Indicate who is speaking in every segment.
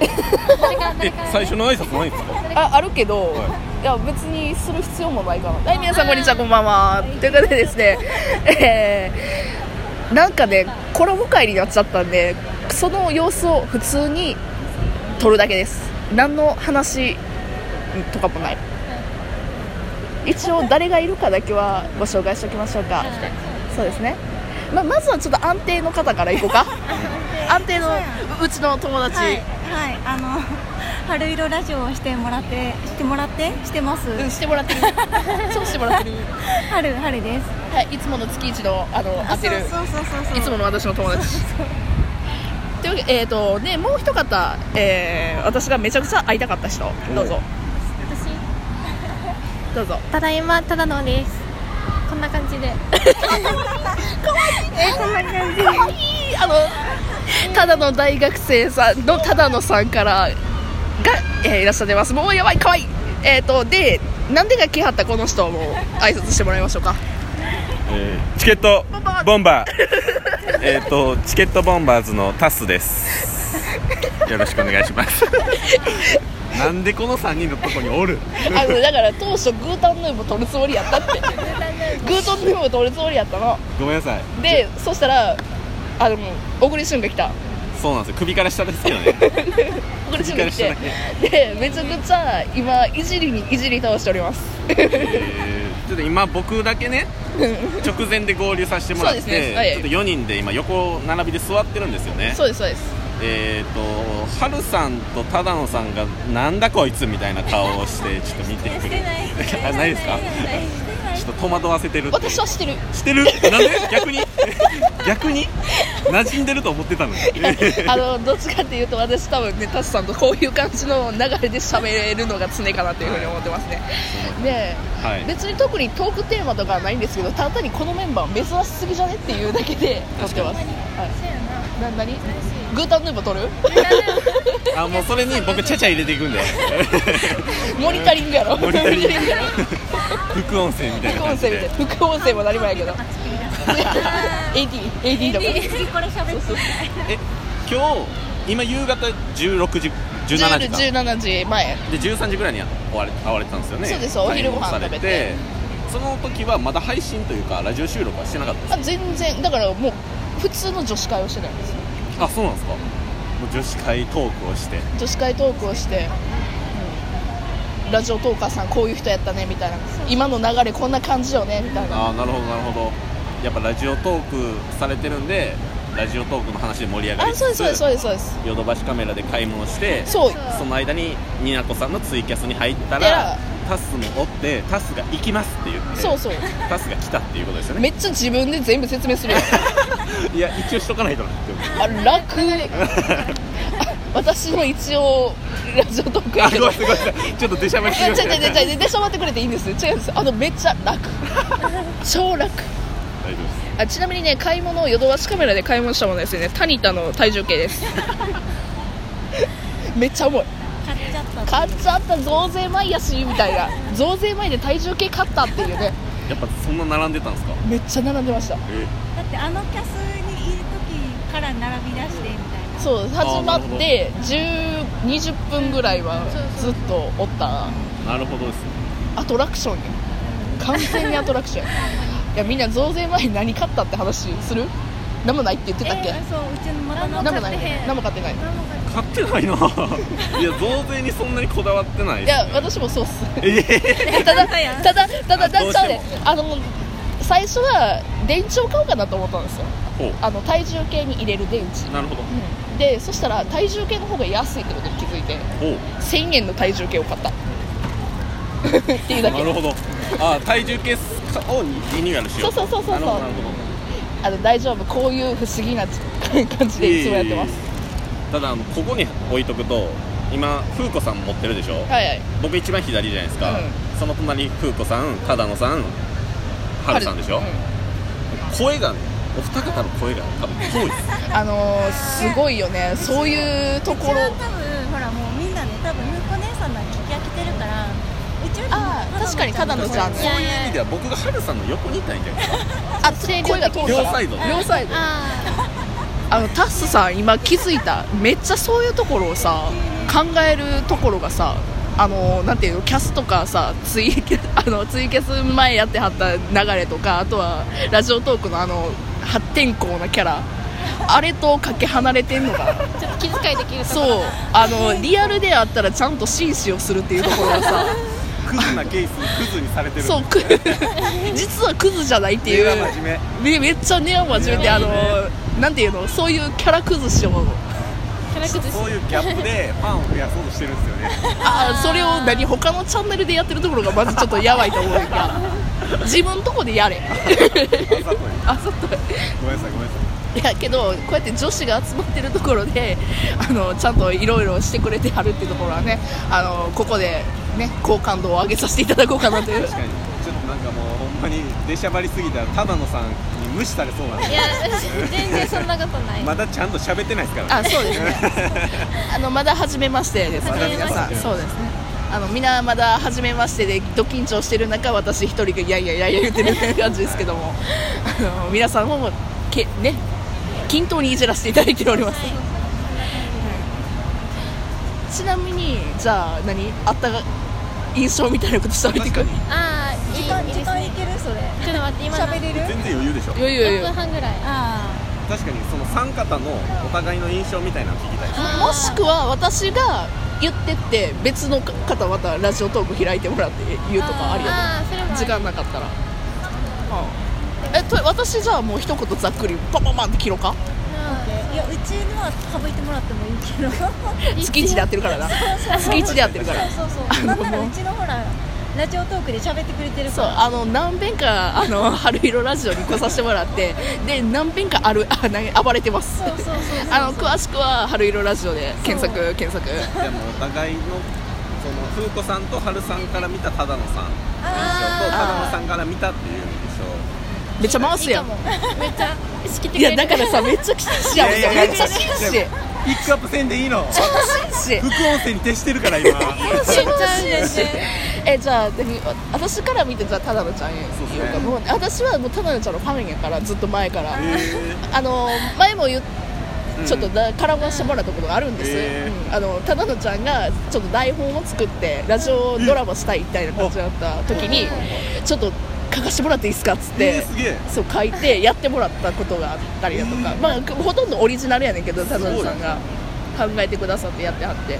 Speaker 1: え最初の挨拶ないんですか
Speaker 2: ああるけど、、
Speaker 1: はい
Speaker 2: や別にする必要もないかなはい皆さんこんにちはこんばんはということでですねえーなんかね衣替えになっちゃったんでその様子を普通に撮るだけです何の話とかもない一応誰がいるかだけはご紹介しておきましょうかそうですね、まあ、まずはちょっと安定の方からいこうか 安定のうちの友達、
Speaker 3: はい、はい、あの 春色ラジオをしてもらってしてもらってしてます。
Speaker 2: うん、してもらって るそうしてもらってる
Speaker 3: 春春です。
Speaker 2: はい、いつもの月一のあの当てる
Speaker 3: そうそうそうそうそう。
Speaker 2: いつもの私の友達というわけえーとね、もう一方、えー私がめちゃくちゃ会いたかった人どうぞどうぞ
Speaker 4: ただいまただのですこんな感 じで
Speaker 2: かわいいあのただの大学生さんのただのさんからが、えーいらっしゃってますもうやばいかわいいえっ、とでなんでが来はったこの人も挨拶してもらいましょうか
Speaker 1: えーチケットボンバーえっとチケットボンバーズのタスですよろしくお願いしますなんでこの3人のとこにおる
Speaker 2: あのだから当初グータンヌーボー取るつもりやった ってグータンヌーボー取るつもりやったの
Speaker 1: ごめんなさい
Speaker 2: でそしたらあの小栗旬が来た
Speaker 1: そうなんですよ首から下ですけどね
Speaker 2: 小栗旬が
Speaker 1: 首
Speaker 2: 来て
Speaker 1: から
Speaker 2: でめちゃくちゃ今いじりにいじり倒しております
Speaker 1: えーちょっと今僕だけね直前で合流させてもらって、
Speaker 2: そうですねはい
Speaker 1: ちょっと4人で今横並びで座ってるんですよね
Speaker 2: そうですそうです
Speaker 1: えっ、とハルさんとタダノさんがなんだこいつみたいな顔をしてちょっと見てくる
Speaker 3: してない
Speaker 1: あないですかちょっと戸惑わせてるって
Speaker 2: 私は知って る
Speaker 1: してるなんで逆に 逆に馴染んでると思ってたのに
Speaker 2: あのどっちかっていうと私多分ねタスさんとこういう感じの流れで喋れるのが常かなというふうに思ってますねで
Speaker 1: はい
Speaker 2: 別に特にトークテーマとかはないんですけどただ単にこのメンバー珍しすぎじゃねっていうだけで撮ってます、はい、な何グータンヌーボー撮る
Speaker 1: あもうそれに僕ちゃちゃ入れていく んで
Speaker 2: モニタリングやろ
Speaker 1: モニタリング
Speaker 2: モニタ
Speaker 1: 副音声みたいな
Speaker 2: 副
Speaker 1: 感
Speaker 2: 音
Speaker 1: じ
Speaker 2: 声み
Speaker 1: で
Speaker 2: たいな副音声も何もやけ ど ADAD とか
Speaker 3: 次これ喋って。
Speaker 1: え今日今夕方16時17時か
Speaker 2: 17時前
Speaker 1: で13時ぐらいに会われ会われてたんですよね
Speaker 2: そうですお昼ご飯食べて
Speaker 1: 対応されその時はまだ配信というかラジオ収録はしてなかったんで
Speaker 2: あ全然だからもう普通の女子会をしてないんですよ
Speaker 1: すあそうなんですかもう女子会トークをして
Speaker 2: 女子会トークをして、うんラジオトーカーさんこういう人やったねみたいな今の流れこんな感じよねみたいな
Speaker 1: ああなるほどなるほどやっぱラジオトークされてるんでラジオトークの話で盛り上がり
Speaker 2: あ
Speaker 1: つつ
Speaker 2: そうですそうですそうですそうです
Speaker 1: ヨドバシカメラで買い物して
Speaker 2: そう
Speaker 1: その間にニナコさんのツイキャスに入った
Speaker 2: い
Speaker 1: ら
Speaker 2: や
Speaker 1: タスもおってタスが行きますって言って
Speaker 2: そうそう
Speaker 1: タスが来たっていうことですよ
Speaker 2: め
Speaker 1: ね
Speaker 2: っちゃ自分で全部説明するよ
Speaker 1: いや一応しとかないとなっ て思う
Speaker 2: あ楽私の一応ラジオトークや
Speaker 1: あ
Speaker 2: け
Speaker 1: ごめん
Speaker 2: ど
Speaker 1: なさいごめんなさいちょっと出しゃばりす
Speaker 2: ち
Speaker 1: ぎ
Speaker 2: ょ
Speaker 1: ま
Speaker 2: ちょ
Speaker 1: した
Speaker 2: ちょちょちょでしゃばってくれていいんです違うんですあのめっちゃ楽超
Speaker 1: 大丈夫
Speaker 2: 楽
Speaker 1: です
Speaker 2: あちなみにね買い物をヨドバシカメラで買い物したものはですねタニタの体重計ですめっちゃ重い
Speaker 3: 買っちゃった。
Speaker 2: 買っちゃった増税前やしみたいな増税前で体重計買ったっていうね
Speaker 1: やっぱそんな並んでたんですか
Speaker 2: めっちゃ並んでました
Speaker 3: だってあのキャスにいる時から並び出してみたいな。
Speaker 2: そう始ま
Speaker 1: な
Speaker 2: って10 20分ぐらいはずっとおった
Speaker 1: なるほどですね
Speaker 2: アトラクションや完全にアトラクションや いやみんな増税前に何買ったって話する何もないって言ってたっけ、
Speaker 3: えーそううちのまだ
Speaker 2: 何もない何も買ってない
Speaker 1: 買ってないな いや増税にそんなにこだわってない
Speaker 2: い
Speaker 1: です
Speaker 2: や
Speaker 1: ね
Speaker 2: 私もそうっす
Speaker 1: ええ
Speaker 2: ただただただ
Speaker 1: どう
Speaker 2: だ
Speaker 1: しても
Speaker 2: だねあの最初は電池を買おうかなと思ったんですよ
Speaker 1: ほう
Speaker 2: あの体重計に入れる電池
Speaker 1: なるほど
Speaker 2: でそしたら体重計の方が安いってことに気づいて
Speaker 1: ほう
Speaker 2: 1000円の体重計を買ったっていうだ
Speaker 1: な
Speaker 2: け
Speaker 1: るほどあ体重計をリニューアルしよう
Speaker 2: そうそうそうそうそう
Speaker 1: なるほどなるほど
Speaker 2: あの大丈夫こういう不思議な感じでいつもやってます、
Speaker 1: ただあのここに置いとくと今風子さん持ってるでしょ、
Speaker 2: はいはい
Speaker 1: 僕一番左じゃないですか、その隣風子さんただのさんはるさんでしょ、
Speaker 2: う
Speaker 1: 声がねお二方の声が多分遠いです
Speaker 2: あのー、すごいよねそういうとこ
Speaker 3: こ
Speaker 2: ろ
Speaker 3: れ多分ほらもうみんなね多分ふうこ姉さんの聞き飽きてるから。うちよりも
Speaker 2: あー確かにただのちゃん
Speaker 1: そう
Speaker 2: ね
Speaker 1: いう意味では僕 がハルさんの横にいたいんじゃないですか
Speaker 2: あ声が通るから
Speaker 1: 両サイドね
Speaker 2: 両サイド
Speaker 4: あ
Speaker 2: あのタッスさん今気づいためっちゃそういうところをさ考えるところがさあのなんていうのキャスとかさツイキャ あのツイキャス前やってはった流れとかあとはラジオトークのあの破天荒なキャラあれとかけ離れてんのかな
Speaker 4: ちょっと気遣いできるとこ
Speaker 2: そうあのリアルであったらちゃんと紳士をするっていうところがさ
Speaker 1: クズなケースクズにされてる
Speaker 2: そうく 実はクズじゃないってい
Speaker 1: 根
Speaker 2: う
Speaker 1: が真面
Speaker 2: めめっちゃネア真面目であのなんていうのそういうキャラ崩しを
Speaker 4: キャラ崩
Speaker 1: 目
Speaker 4: し
Speaker 1: そういうギャップでファンを増やそうとしてるんですよね
Speaker 2: あそれを何他のチャンネルでやってるところがまずちょっとやばいと思うから自分とこでやれ
Speaker 1: あざとい
Speaker 2: あそっと
Speaker 1: ごめんなさいごめんなさ
Speaker 2: いやけどこうやって女子が集まってるところであのちゃんといろいろしてくれてはるっていうところはねあのここで、ね、好感度を上げさせていただこうかなとい
Speaker 1: いう確かにちょっとなんかもうほんまに出しゃばりすぎたらただのさんに無視されそうなん
Speaker 4: い
Speaker 1: で
Speaker 4: や全然そんなことない、
Speaker 1: まだちゃんと喋ってないですからね
Speaker 2: あそうですねあのまだ初めましてです
Speaker 1: ま
Speaker 2: ね
Speaker 1: だ
Speaker 2: 皆
Speaker 1: 初
Speaker 2: さん
Speaker 1: めまして
Speaker 2: そうですねあのみんなまだ初めましてでド緊張してる中私一人がいやいやいやいや言ってるみたいな感じですけどもあの皆さんもけね均等にいじらせていただいております、ちなみにじゃあ何あったが印象みたいなこと喋ってくる
Speaker 1: 確
Speaker 4: ああいい
Speaker 3: 時間
Speaker 4: いい
Speaker 3: 時
Speaker 4: です
Speaker 3: 間い
Speaker 4: ね
Speaker 3: けるそれ
Speaker 4: ちょっと待って今の
Speaker 3: 喋れる
Speaker 1: 全然余裕でしょ
Speaker 2: よいよい
Speaker 4: 1
Speaker 2: よ
Speaker 4: 分半ぐらい
Speaker 3: あ
Speaker 1: 確かにその三方のお互いの印象みたいなの聞きたいです
Speaker 2: もしくは私が言ってって別の方またラジオトーク開いてもらって言うとかありやと思う
Speaker 4: ああそれもあり
Speaker 2: 時間なかったら、えと私じゃあもう一言ざっくりパンパンパンって切ろうか
Speaker 4: う
Speaker 3: あいやうちのは省いてもらってもいいけどそ
Speaker 4: ん
Speaker 2: 月一でやってるから な月一でやってるから
Speaker 3: うそうそう なんならうちのほらラジオトークで喋ってくれてる
Speaker 2: そ
Speaker 3: か
Speaker 2: う
Speaker 3: ら
Speaker 2: あの何遍かあ の春色ラジオに来させてもらってで何遍かあるあな暴れてます
Speaker 3: そうそうそうそう
Speaker 2: あの詳しくは春色ラジオで検索検索
Speaker 1: でもお互いのその風子さんと春さんから見たただのさんの印象と
Speaker 3: あ
Speaker 1: ただのさんから見たっていう印象
Speaker 2: めっちゃ回
Speaker 4: い
Speaker 2: す
Speaker 4: い
Speaker 2: や
Speaker 4: か
Speaker 2: ん
Speaker 4: もめっちゃ意識的
Speaker 2: いやだからさめっちゃ紳士やん
Speaker 1: いやいや
Speaker 2: めっちゃ紳士
Speaker 1: いやピックアップせんでいいの
Speaker 2: 超紳士
Speaker 1: 副音声に徹してるから 今
Speaker 4: めっちゃ全然
Speaker 2: えじゃあでも私から見てじゃあただのちゃん言
Speaker 1: そう
Speaker 2: うか
Speaker 1: そう
Speaker 2: もう私はもうただのちゃんのファンやからずっと前から
Speaker 1: え
Speaker 2: あの前も言っ
Speaker 1: ー
Speaker 2: ちょっと
Speaker 1: うん
Speaker 2: だ絡ましてもらったことがあるんです、
Speaker 1: えー
Speaker 2: うんあのただのちゃんがちょっと台本を作ってラジオドラマしたいみたいな感じだった時にちょっと書かしてもらっていいですかっつって、
Speaker 1: えーすげえ
Speaker 2: そう書いてやってもらったことがあったりだとか、まあ、ほとんどオリジナルやねんけど田辺さんが考えてくださってやってはって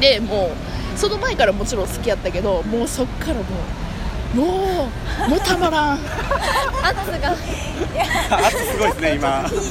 Speaker 2: でもうその前からもちろん好きやったけどもうそっからもうもうもうたまらん
Speaker 4: 圧が
Speaker 1: 圧すごいですね今もう
Speaker 3: 疲れてる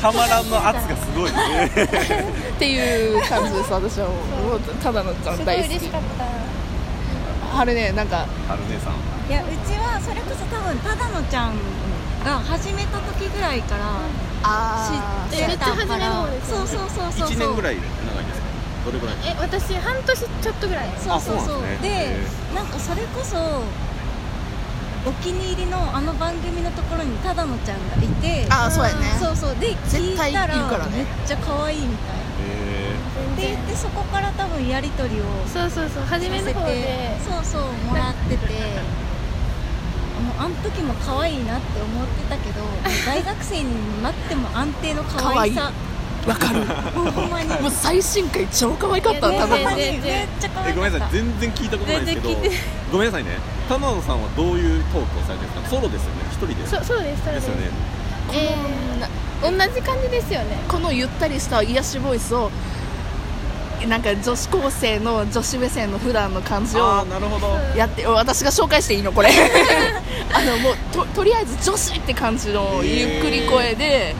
Speaker 1: たまらんの圧がすごいですね
Speaker 2: っていう感じです私はもうもうただのちゃ
Speaker 4: す
Speaker 2: ん
Speaker 4: ごい
Speaker 2: 大好
Speaker 4: 嬉
Speaker 2: き
Speaker 4: しかった
Speaker 2: あれねなんか
Speaker 1: 春姉さん
Speaker 3: いやうちはそれこそ多分ただのちゃんが始めた時ぐらいから
Speaker 2: あ
Speaker 3: 知ってた
Speaker 4: めっちゃ
Speaker 3: か
Speaker 4: 初めの
Speaker 3: ら
Speaker 4: 方です
Speaker 3: そ
Speaker 4: よ
Speaker 3: う
Speaker 4: ね
Speaker 3: そうそうそう
Speaker 1: 1年ぐらいで長いですかどれぐらい
Speaker 4: え私半年ちょっとぐらい
Speaker 3: そうそうそう
Speaker 1: あそうなんです
Speaker 3: で,、
Speaker 1: ねへ
Speaker 3: なんかそれこそお気に入りのあの番組のところにただのちゃんがいて
Speaker 2: あーそうやね
Speaker 3: そうそうで聞いたら
Speaker 2: 絶対いるからね
Speaker 3: めっちゃ可愛いみたいな
Speaker 1: え
Speaker 4: 全
Speaker 3: で
Speaker 4: 然
Speaker 3: でそこから多分やり取りをさ
Speaker 4: そうそうそう初
Speaker 3: せ
Speaker 4: め
Speaker 3: て
Speaker 4: の方で
Speaker 3: そうそうもらっててもうあの時も可愛いなって思ってた けどもう大学生になっても安定の可愛さ
Speaker 2: わかる
Speaker 3: もうほ んまに
Speaker 2: もう最新回超可愛かった
Speaker 4: い
Speaker 2: た
Speaker 4: や
Speaker 2: だ
Speaker 4: 全
Speaker 2: の
Speaker 3: ほんま
Speaker 4: 然
Speaker 3: にめっちゃ可
Speaker 1: え
Speaker 3: 愛
Speaker 1: ごめんなさ
Speaker 3: か
Speaker 1: い
Speaker 3: った
Speaker 1: 全然聞いたことないですけど
Speaker 4: 全然聞いて
Speaker 1: ごめんなさいね玉野さんはどういうトークをされてるんですかソロですよね一人で
Speaker 4: そそうですそう
Speaker 1: で
Speaker 4: ですす
Speaker 1: よね
Speaker 4: えー同じ感じですよね
Speaker 2: このゆったりした癒しボイスをなんか女子高生の女子目線の普段の感じ
Speaker 1: ああ
Speaker 2: を
Speaker 1: なるほど
Speaker 2: やって私が紹介していいのこれ あのもうととりあえず女子って感じのゆっくり声で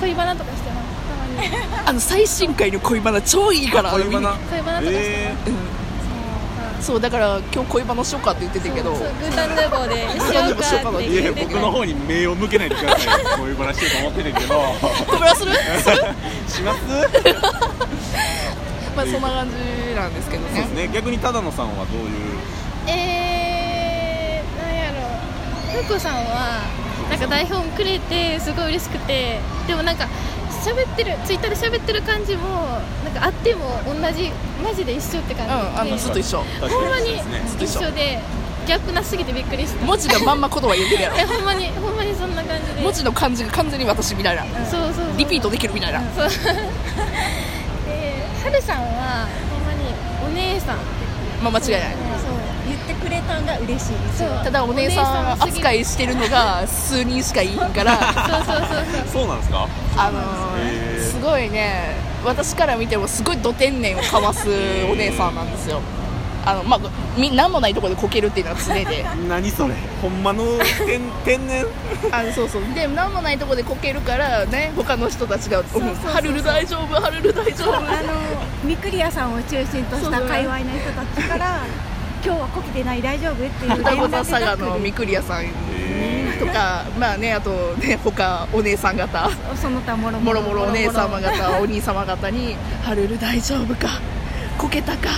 Speaker 4: 恋バナとかしてますたまに
Speaker 2: あの最新回の恋バナ超いいから
Speaker 1: 恋バナ
Speaker 2: あの
Speaker 4: 恋バナとかしてます
Speaker 2: 見にうんそうだから今日恋バナしようかって言ってたけど
Speaker 4: そうグータンヌーボーで
Speaker 2: タン
Speaker 4: し
Speaker 2: ヌ
Speaker 4: よ
Speaker 2: ー
Speaker 4: う
Speaker 2: ボーしよう
Speaker 4: か
Speaker 2: か
Speaker 4: っ
Speaker 2: な
Speaker 4: て
Speaker 1: えーい
Speaker 4: 言
Speaker 1: や
Speaker 4: って
Speaker 1: 僕の方に目を向けないでくださいこういう話してると思ってるけど
Speaker 2: 恋バナする
Speaker 1: します
Speaker 2: まあそんな感じなんですけど
Speaker 1: そうで
Speaker 2: ね
Speaker 1: すね逆に只野さんはどういう
Speaker 4: えー、なんやろふうこさんはなんか台本くれてすごい嬉しくてでもなんか喋ってるツイッターで喋ってる感じもなんかあっても同じマジで一緒って
Speaker 2: う
Speaker 4: 感
Speaker 2: ん
Speaker 4: じで、
Speaker 2: あのずっと一緒
Speaker 4: ほんまに
Speaker 1: 確かそうですね
Speaker 4: 一緒でギャップなすぎてびっくりした
Speaker 2: 文字がまんま言葉言ってるやろ
Speaker 4: えほんまにほんまにそんな感じで
Speaker 2: 文字の漢字が完全に私みたいな
Speaker 4: そうそうそう
Speaker 2: リピートできるみたいな
Speaker 4: そうではるさんはほんまにお姉さん
Speaker 2: まあ間違いない
Speaker 4: そう
Speaker 3: 言ってくれたんが嬉しいです
Speaker 4: そう
Speaker 3: よ
Speaker 2: ただお姉さん扱いしてるのが数人しかいいんから
Speaker 4: そうそうそうそう
Speaker 1: そうなんですか
Speaker 2: あのー
Speaker 1: へー
Speaker 2: すごいね私から見てもすごいど天然をかますお姉さんなんですよあのまあみ何もないところでこけるっていうのが常で
Speaker 1: 何それほんまの 天天然
Speaker 2: あのそうそうで何もないところでこけるからね他の人たちが「うんハルル大丈夫ハルル大丈夫」
Speaker 3: あのミクリアさんを中心とした界隈の人たちから今日はこけてない大丈夫っていう
Speaker 2: 双
Speaker 3: 連
Speaker 2: 子
Speaker 3: 絡
Speaker 2: 座
Speaker 3: が
Speaker 2: 佐賀
Speaker 3: 来
Speaker 2: の
Speaker 3: る
Speaker 2: みくりやさん
Speaker 1: え
Speaker 2: とかまあねあとね他お姉さん方
Speaker 3: その他もろ
Speaker 2: もろもろお姉様方お兄様方に「ハルル大丈夫かこけたか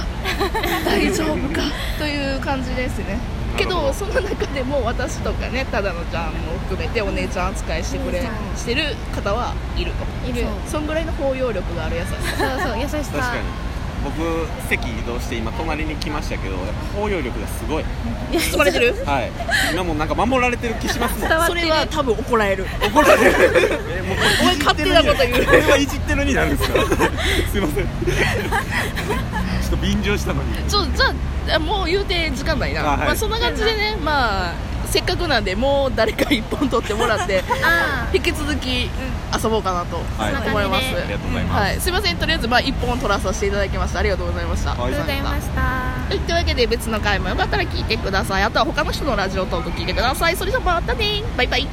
Speaker 2: 大丈夫か」という感じですねけどその中でも私とかねただのちゃんも含めてお姉ちゃん扱いしてくれしてる方はいると
Speaker 4: いる
Speaker 2: そんぐらいの包容力があるやつ
Speaker 4: そうそう優し
Speaker 1: 確
Speaker 4: さ
Speaker 1: かに僕席移動して今隣に来ましたけどやっぱ包容力がすごい
Speaker 2: 包まれてる
Speaker 1: はい今もうなんか守られてる気しますもん
Speaker 4: 伝わ っ
Speaker 2: そ
Speaker 4: てる
Speaker 2: れは多分怒られる
Speaker 1: 怒られるえもうこれ
Speaker 2: お前勝手なこと言う
Speaker 1: これはいじってるになんですかすいませんちょっと便乗したのに
Speaker 2: ちょじゃあもう言うて時間ないな
Speaker 1: あはい
Speaker 2: まあ、そんな感じでね、まあ、せっかくなんでもう誰か一本取ってもらって
Speaker 4: あ
Speaker 2: 引き続き遊ぼうかなと
Speaker 1: はい
Speaker 2: 思います、
Speaker 4: そんな感じで
Speaker 1: ありがとうございます、
Speaker 2: はい、すいませんとりあえずまあ一本取らさせていただきましたありがとうございました、
Speaker 1: は
Speaker 4: ありがとうございました
Speaker 2: はい、というわけで別の回もよかったら聞いてくださいあとは他の人のラジオトーク聞いてくださいそれじゃあまたねバイバイ